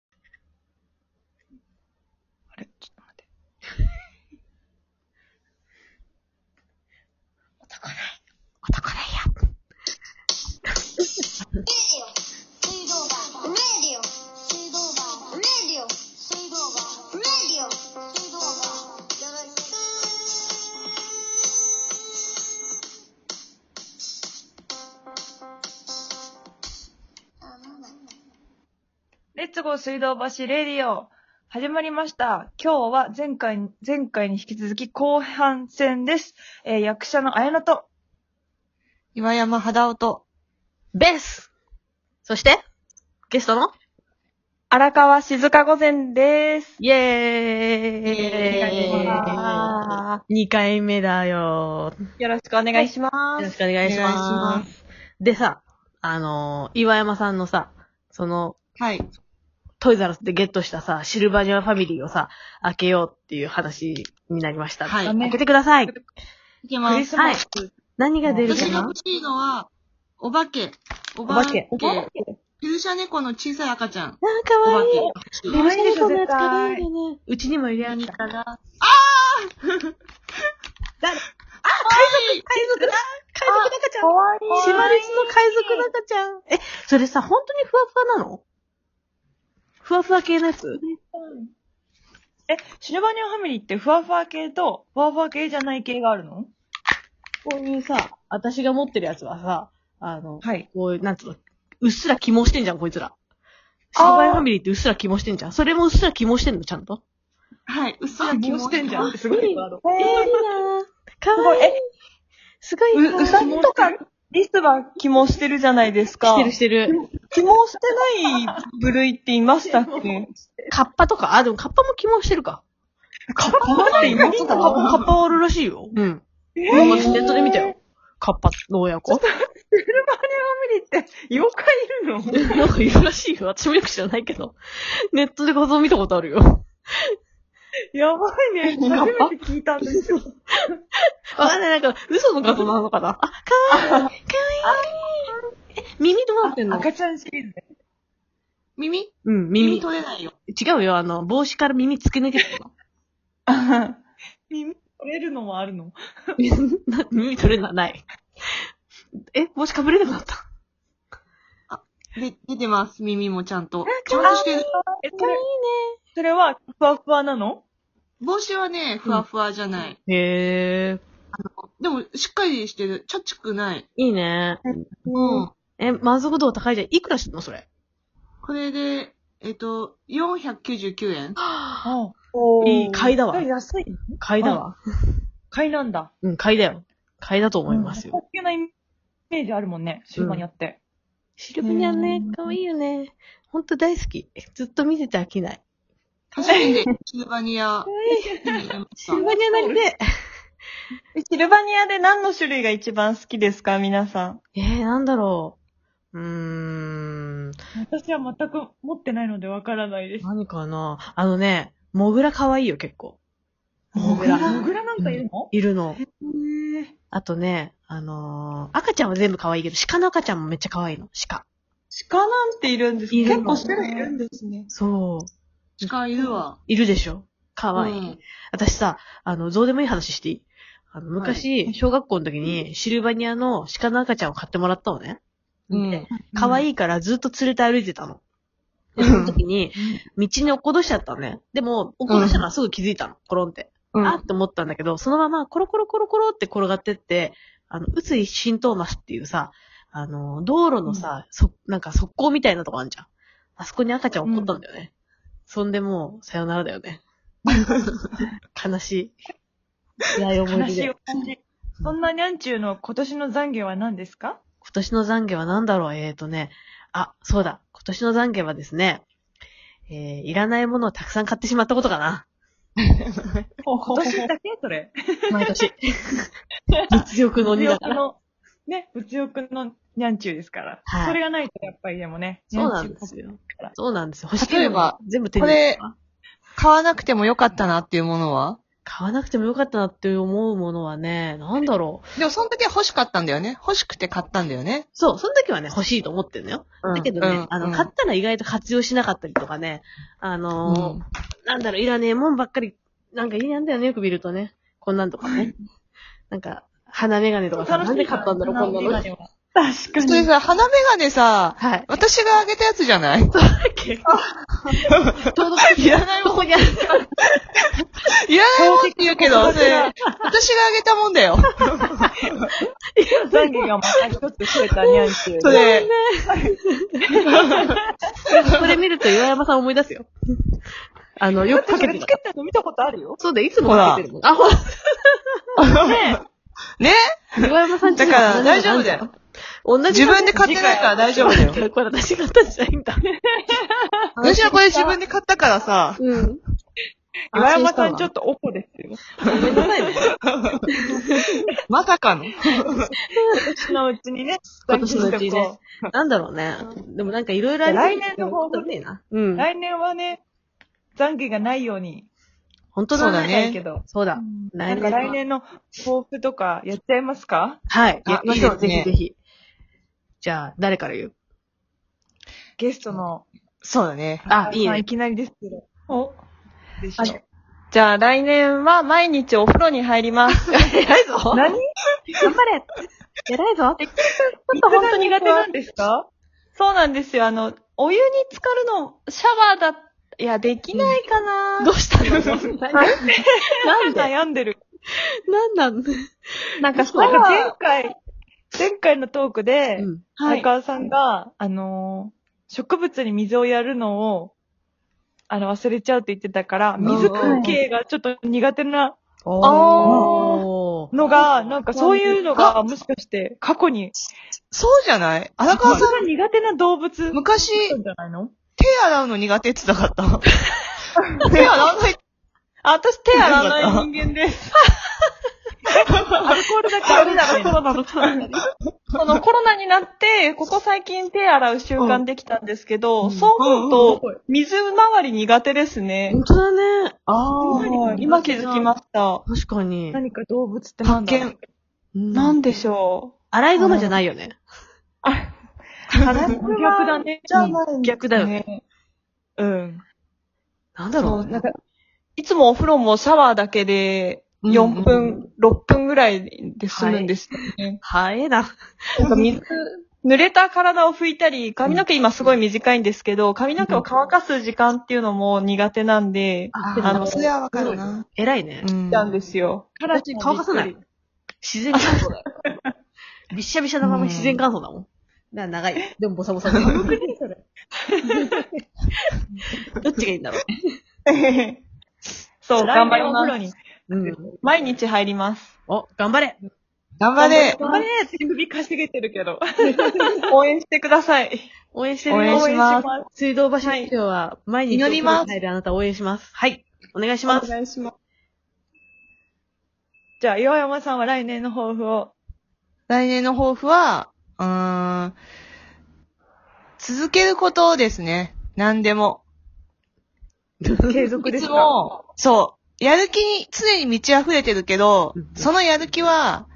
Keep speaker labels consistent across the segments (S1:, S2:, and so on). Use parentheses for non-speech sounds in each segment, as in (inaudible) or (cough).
S1: (laughs) 月号水道橋レディオ始まりました。今日は前回、前回に引き続き後半戦です。えー役者の綾乃と、
S2: 岩山肌音と、ベースそして、ゲストの、
S1: 荒川静香御前です。
S2: イ
S1: イ
S2: ェ
S1: エー
S2: ーイ !2 回目だよ
S1: よろしくお願いしま
S2: よろし
S1: す。
S2: くお願いしま
S3: お
S2: す。
S3: 願いしま
S2: でさ、あのー岩山さんのさ、その、
S3: はい。
S2: トイザラスでゲットしたさ、シルバニアファミリーをさ、開けようっていう話になりました。
S3: はい
S2: 開けてください
S3: いき
S1: ク
S3: ま
S1: リ
S3: す。
S1: スマス。
S2: 何が出るか
S3: 私が
S2: な
S3: 欲しいのは、お化け。お
S2: 化け
S3: お化けペルシャ猫の小さい赤ちゃん。
S2: なんか
S3: お
S2: わ
S3: 化
S2: いい。
S3: け。
S2: ペルシャ猫のやつ
S1: 可
S2: かわ
S1: 愛い
S2: いいよね。うちにもいるや
S3: 何
S2: つ
S3: かなあー海賊だ
S2: 誰海賊赤ちゃん
S1: かわいい。
S2: シマリスの海賊の赤ちゃん。え、それさ、本当にふわふわなのふわふわ系のやつ
S1: え、シルバニアファミリーってふわふわ系と、ふわふわ系じゃない系があるの
S2: こういうさ、私が持ってるやつはさ、あの、
S1: はい。
S2: こういう、なんつうの、うっすら肝してんじゃん、こいつら。
S1: あー
S2: シルバイファミリーってうっすら肝してんじゃん。それもうっすら肝してんの、ちゃんと。
S3: はい。うっす
S1: あ、
S3: ら
S1: もうしてんじゃん。
S3: う
S1: すごいワード。
S2: え
S1: え
S2: なか
S1: すごい。え、
S2: すごい。
S3: う
S1: うさぎとか、リスは起毛してるじゃないですか。
S2: してるしてる。
S1: 起毛してない部類っていましたっけ
S2: カッパとか、あ、でもカッパも肝してるか。
S1: カッパっていまし
S2: カ
S1: た
S2: ッパ、カッパはあるらしいよ。うん。
S1: え
S2: なんか
S1: ぇ、
S2: ネットで見たよ。カッパの親子。
S1: ミリって妖怪いるの
S2: なんかいるらしいよ。私もよく知らないけど。ネットで画像見たことあるよ。
S1: やばいね。初めて聞いたんですよ。
S2: わかんない、なんか、嘘の画像なのかなあ、かわいい。かわいい。え、耳どうなってん
S1: (laughs)
S2: の
S1: 赤ちゃんシリーズね。
S3: 耳
S2: うん、
S3: 耳
S2: 耳。
S3: 取れないよ。
S2: 違うよ、あの、帽子から耳突き抜けてるの。
S1: 耳取れるのもあるの
S2: (laughs) な耳取れな、ない。え、帽子かぶれなくなった。
S3: で、出てます。耳もちゃんと。ち
S2: か
S3: ゃん
S2: わい
S3: と
S2: い
S3: してる。
S1: え、それ、それはふわふわなの
S3: 帽子はね、ふわふわじゃない。
S2: ね。へえ。
S3: でも、しっかりしてる。ちゃちくない。
S2: いいね。
S3: うん。
S2: え、満足度高いじゃん。いくらしてんのそれ。
S3: これで、えっと、499円
S1: あお
S2: いい買いだわ
S1: 安い。
S2: 買いだわ。
S1: 買いなんだ。
S2: うん、買いだよ。買いだと思いますよ。
S1: 高級なイメージあるもんね、シルバニアって。
S2: シルビニアね
S1: うん、
S2: かわいいよね。ほんと大好き。ずっと見てて飽きない。
S3: 初めてシルバニア。
S2: シルバニアなりで。
S1: シルバニアで何の種類が一番好きですか、皆さん。
S2: えー、なんだろう。うーん。
S1: 私は全く持ってないのでわからないです。
S2: 何かなあのね、モグラ可愛いよ、結構。
S3: モグラ
S1: モグラなんかいるの
S2: いるの。
S1: へえ。
S2: あとね、あのー赤ちゃんは全部可愛いけど、鹿の赤ちゃんもめっちゃ可愛いの。鹿。
S1: 鹿なんているんです
S2: いる
S1: 結
S2: の
S1: 構種類いるんですね。
S2: そう。
S3: 鹿いるわ。
S2: いるでしょ可愛い、
S3: うん
S2: 私さ、あの、どうでもいい話していいあの、昔、小学校の時に、シルバニアの鹿の赤ちゃんを買ってもらったのね。
S3: うん
S2: で可愛いからずっと連れて歩いてたの。でその時に、道に落っことしちゃったのね。でも、落っことしたのはすぐ気づいたの。コロンって。
S3: うん
S2: あって思ったんだけど、そのままコロコロコロコロって転がってって、あの、うつい新トーマスっていうさ、あの、道路のさ、そ、なんか側溝みたいなとこあんじゃん。あそこに赤ちゃん落っこったんだよね。そんでもう、さよならだよね。悲しい。辛い思
S1: 悲
S2: い出
S1: しい
S2: で。
S1: お
S2: 今
S1: 話。そんなにゃんちゅうの今年の懺悔は何ですか
S2: 年の懺悔は何だろうえーとね、あ、そうだ。今年の懺悔はですね、えー、いらないものをたくさん買ってしまったことかな。
S1: 今年だけそれ。
S2: 毎 (laughs) 年。物欲の鬼だ
S1: 物
S2: か
S1: 欲
S2: ら。
S1: の、ね、物欲のにゃんちゅうですから。
S2: はい
S1: それがないとやっぱりでもね。
S2: そうなんです
S1: にゃ
S2: よ
S1: んちゅうから。
S2: そうなんですよ。欲しい
S3: 例えば、
S2: 全部手に入れたわ
S3: 買わなくてもよかったなっていうものは
S2: 買わなくてもよかったなって思うものはね、なんだろう。
S3: でも、その時は欲しかったんだよね。欲しくて買ったんだよね。
S2: そう、その時はね、欲しいと思ってんのよ。だけどね、あの、買ったら意外と活用しなかったりとかね、あのーなんだろう、いらねえもんばっかり、なんかいいなんだよね、よく見るとね。こんなんとかね。なんか、鼻眼鏡とかさ、
S1: 楽しい
S2: なんで買ったんだろう、こんな
S1: 眼
S2: の。
S1: 鏡は確か
S4: それ
S1: に。
S4: さ、鼻メガネさ、
S2: はい。
S4: 私があげたやつじ
S3: (laughs)
S4: ゃない
S2: 結構。ちょうど、
S4: いらないもん。
S2: ここにあった。
S4: いらないもんって言うけど、
S1: 正直
S4: それ、私があげたもんだよ。
S1: 懺悔がまた一つ増えたにゃんっていう。
S4: それ、
S2: これ見ると岩山さん思い出すよ。あの、よくかけ
S1: そ
S2: て
S1: れ
S2: た
S1: つ。けてるの見たことあるよ。
S2: そうで、いつもかけてるもん。あ、ほら。
S4: ね
S2: 岩山さんち
S4: だから大丈夫だよ。。
S2: 同じ。
S4: 自分で買ってないから大丈夫だ
S2: (laughs)
S4: よ。
S2: これ私が買ったんじゃないんだ。
S4: (laughs) 私はこれ自分で買ったからさ、
S2: うん。
S1: 岩山さんちょ
S2: っ
S1: っとおこですよ。
S2: と。ごめんなさいね。
S4: まさかの。
S1: 私のうちにね。
S2: 今年のうち
S1: 懺悔し
S2: に
S1: とこ
S2: ね。なんだろうね。でもなんかいろいろあり
S1: 来年の抱負
S2: ねえな。うん。
S1: 来年はね、懺悔がないように
S2: 本当
S4: そう
S2: だね。
S4: だね
S1: したいけど。
S2: そう
S1: う
S2: だ。
S1: ん
S2: 来
S1: な
S2: 年
S1: ん
S2: は
S1: か来年の抱負とかやっちゃいますか
S2: はい。
S4: あ
S2: や
S4: いいですね
S2: ぜひぜひ。じゃあ、誰から言う
S1: ゲストの。
S4: そうだね。
S2: あ、いい
S1: まい
S2: ね。
S1: きなりですけど。おでしょ
S5: あじゃあ来年は毎日お風呂に入ります。
S2: 偉いぞ
S1: (laughs) 何ち
S2: 頑張れ偉いぞ
S1: ょっと本当苦手なんですか
S5: そうなんですよ。あの、お湯に浸かるの、シャワーだ、いや、できないかな、
S2: どうした (laughs) のなんで
S1: 悩んでる。
S2: なんなん
S5: なんか、シャ
S1: なんか前
S5: ワ
S1: 回、前回のトークで、
S2: ん。
S5: ー、はい
S1: 相。川さんが、あのー植物に水をやるのを、あの、忘れちゃうって言ってたから、
S2: ん
S1: 水関係がちょっと苦手な
S2: おー。
S1: のが、なんかそういうのが、もしかして、過去に、
S4: そうじゃない荒
S1: 相川
S4: 川さん、
S1: さんが苦手な動物、
S4: 昔、
S1: なんじゃないの
S4: 手洗うの苦手って言ってなか
S3: (laughs)
S4: った。手洗わない。
S5: あ、私手洗わない人間です。
S1: アルコールだけダメだろ、そうなの。
S5: このコロナになって、ここ最近手洗う習慣できたんですけど、
S2: うん
S5: そう思うと、水回り苦手ですね。
S2: 本当だね。あー。
S1: はい
S5: 今気づきました。
S2: 確かに。
S1: 何か動物ってなん
S4: 発
S1: だ
S4: 見。
S2: な
S5: なんんでしょ
S2: 洗いざまじゃないよね。
S1: 逆だね。
S5: じゃない
S1: うん
S2: 逆だよね。
S5: ね。
S1: うん。
S2: なんだろう
S5: そうなんかいつもお風呂もシャワーだけで、4分、
S4: うん
S5: 6分ぐらいで済むんですよね。
S2: 早えな。
S5: なんか水、濡れた体を拭いたり、髪の毛今すごい短いんですけど、髪の毛を乾かす時間っていうのも苦手なんで、
S2: あ
S4: あ
S2: あ
S4: の、
S2: の、
S4: それはわかるな。
S2: 偉いね。
S4: ん
S5: なんですよ。
S2: (laughs)
S1: から
S2: 乾かさない。自然乾燥だよ。びっしゃびしゃなまま自然乾燥だもん。だから長い。でもボサボサで。どっちがいいんだろう。
S5: そう、
S1: 来
S5: 頑張り
S1: 年お風呂
S5: ます。
S1: に。
S2: うん。
S5: 毎日入ります。
S2: お、頑張れ
S4: 頑張れ。
S1: あれ首かしげてるけど。
S5: 応援してください。
S2: 応援してる
S4: 応援
S2: よ。
S4: します。
S2: 水道橋市長は毎日
S4: 祈ります
S2: お風呂に入るあなたを応援します。はい。お願いし
S5: お
S2: ます。
S5: 願いします。
S1: じゃあ、岩山さんは来年の抱負を。
S4: 来年の抱負は、うーん、続けることですね。何でも。
S1: 継続
S4: い
S1: です
S4: つ
S1: か
S4: も、そう。やる気に常に満ち溢れてるけど
S2: うん、
S4: そのやる気は、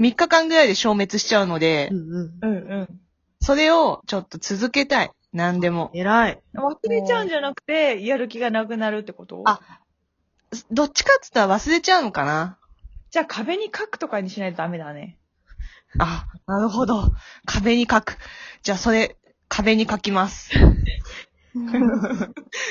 S4: 3日間ぐらいで消滅しちゃうので
S2: う、んうん。
S1: うんうん。
S4: それをちょっと続けたい。何でも。
S2: 偉い。
S1: 忘れちゃうんじゃなくて、やる気がなくなるってこと
S4: あどっちかっつったら忘れちゃうのかな
S1: じゃあ壁に書くとかにしないとダメだね。
S4: あ、なるほど。壁に書く。じゃあそれ、壁に書きます。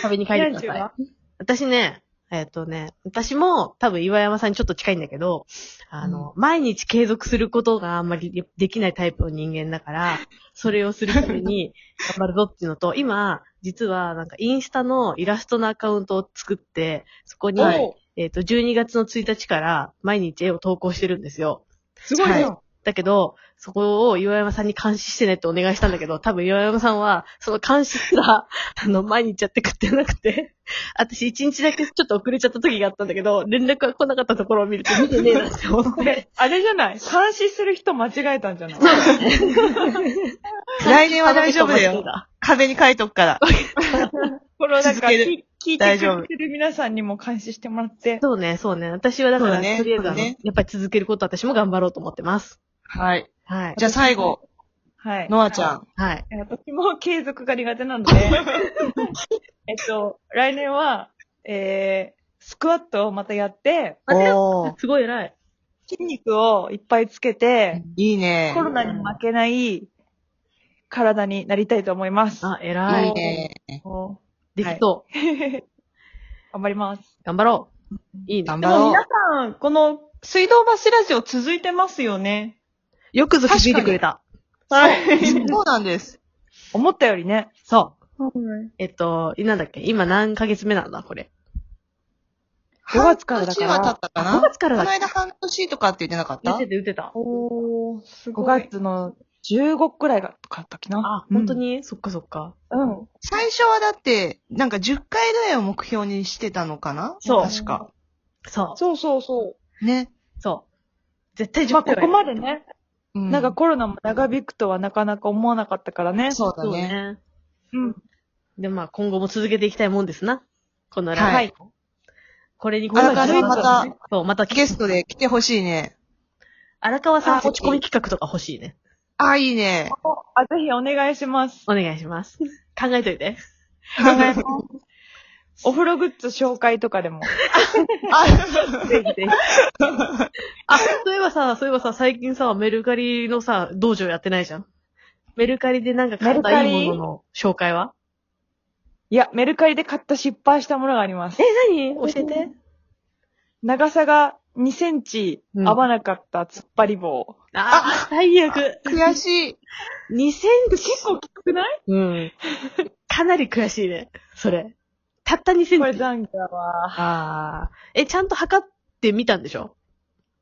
S2: 壁に書いて
S1: ニ
S2: くだ
S1: ャンチュ
S2: さい
S1: は。
S2: 私ね、えっ、とね、私も多分岩山さんにちょっと近いんだけど、あの、毎日継続することがあんまりできないタイプの人間だから、それをするために頑張るぞっていうのと、今、実はなんかインスタのイラストのアカウントを作って、そこに、
S4: はい
S2: えっ、と、12月の1日から毎日絵を投稿してるんですよ。
S1: すごい
S4: はい
S1: よ。
S2: だけど、そこを岩山さんに監視してねってお願いしたんだけど、多分岩山さんは、その監視すら、 (laughs) あの、前に行っちゃってくってなくて、私一日だけちょっと遅れちゃった時があったんだけど、連絡が来なかったところを見ると見てねえなって思っ
S1: こ
S4: (laughs)
S2: て。
S1: れ、あれじゃない監視する人間違えたんじゃない
S4: 来年は大丈夫だよ。壁に書いとくから。
S1: これをなんか、
S4: 続ける
S1: 聞聞いて
S4: 大丈夫
S1: くれてる皆さんにも監視してもらって。
S2: そうね、そうね。私はだか
S4: そう
S2: ら、
S4: だね
S2: とりあえずあの、
S4: そうだね
S2: やっぱり続けること私も頑張ろうと思ってます。
S4: はい。
S2: はい。
S4: じゃあ最後、
S1: はい。
S4: ノアちゃん。
S2: はい。
S1: え私も継続が苦手
S4: (laughs)
S1: なので、えっと、来年は、えー、スクワットをまたやって、
S4: おー。
S2: すごい偉い。
S1: 筋肉をいっぱいつけて、
S4: いいね
S1: コ。ロナに負けない体になりたいと思います。
S2: あ、
S4: い
S2: 偉
S4: い
S2: い。
S4: ね。
S1: お
S2: できそう。
S1: (laughs) 頑張ります。
S2: 頑張ろう。いいね
S4: 頑。
S5: で
S4: 張ろ
S5: も
S4: う
S5: 皆。さん、この水道橋ラジオ続いてますよね。
S2: よくぞ気づいてくれた。
S5: はい。
S4: そうなんです。
S1: 思ったよりね。
S2: そう。えっと、なんだっけ今何ヶ月目なんだこれ。
S1: 5月からだか
S4: 半年は経
S1: ら
S4: っ、たか
S2: 5
S4: な
S2: 月からだ
S4: この間半年とかって言ってなかっ
S2: 出
S4: た
S2: てて打てた。
S5: おー、す
S1: 5
S5: ごい。
S1: 月の15くらいがかったっけな。
S2: あ、
S1: うん
S2: 本当にそっかそっか。
S1: うん。
S4: 最初はだって、なんか10回ぐらいを目標にしてたのかな
S2: そう
S4: 確か。
S2: そ
S1: そうそうそう。
S4: ね。
S2: う。そう。絶対10
S1: まあ、
S2: 回
S1: こ
S2: は
S1: こまでね、
S4: うん
S1: なんかコロナも長引くとはなかなか思わなかったからね。
S4: そうだ
S2: そう
S4: ね。
S2: ね。
S1: うん。
S2: で、まあ今後も続けていきたいもんですな。このラジオ。
S4: はい
S2: これに
S4: 荒川
S2: こ
S4: さん
S2: れ
S4: また、
S2: そう、また
S4: ゲストで来てほしいね。
S2: 荒川さん
S4: あ
S2: 落ち込み企画とか欲しいね。
S4: ああ、いいね。
S1: あ、ぜひお願いします。
S2: お願いします。考えといて。
S1: お風呂グッズ紹介とかでも。
S2: ぜひぜひ。あ、そういえばさ、そういえばさ、最近さ、メルカリのさ、道場やってないじゃん。メルカリでなんか買ったいいものの紹介はい
S1: や、メルカリで買った失敗したものがあります。
S2: え、何教えて。
S1: 長さが2センチ
S2: うん
S1: 合わなかった突っ張り棒。
S2: あ、最悪。
S4: 悔しい。
S2: 2センチ。結構
S1: きつくない
S2: うん。かなり悔しいね。それ。たった2センチ。
S1: これ残価は。
S2: ああ。え、ちゃんと測ってみたんでしょ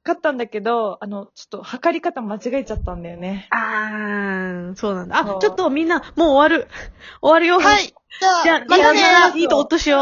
S1: 買ったんだけど、あの、ちょっと測り方間違えちゃったんだよね。
S2: ああ、そうなんだ。
S1: そう
S2: あ、ちょっとみんな、もう終わる。終わるよ。
S4: はい。じ
S2: じ
S4: ゃ
S2: ゃ
S4: あ
S2: あ、、
S4: またね
S2: いいとおっとしよう。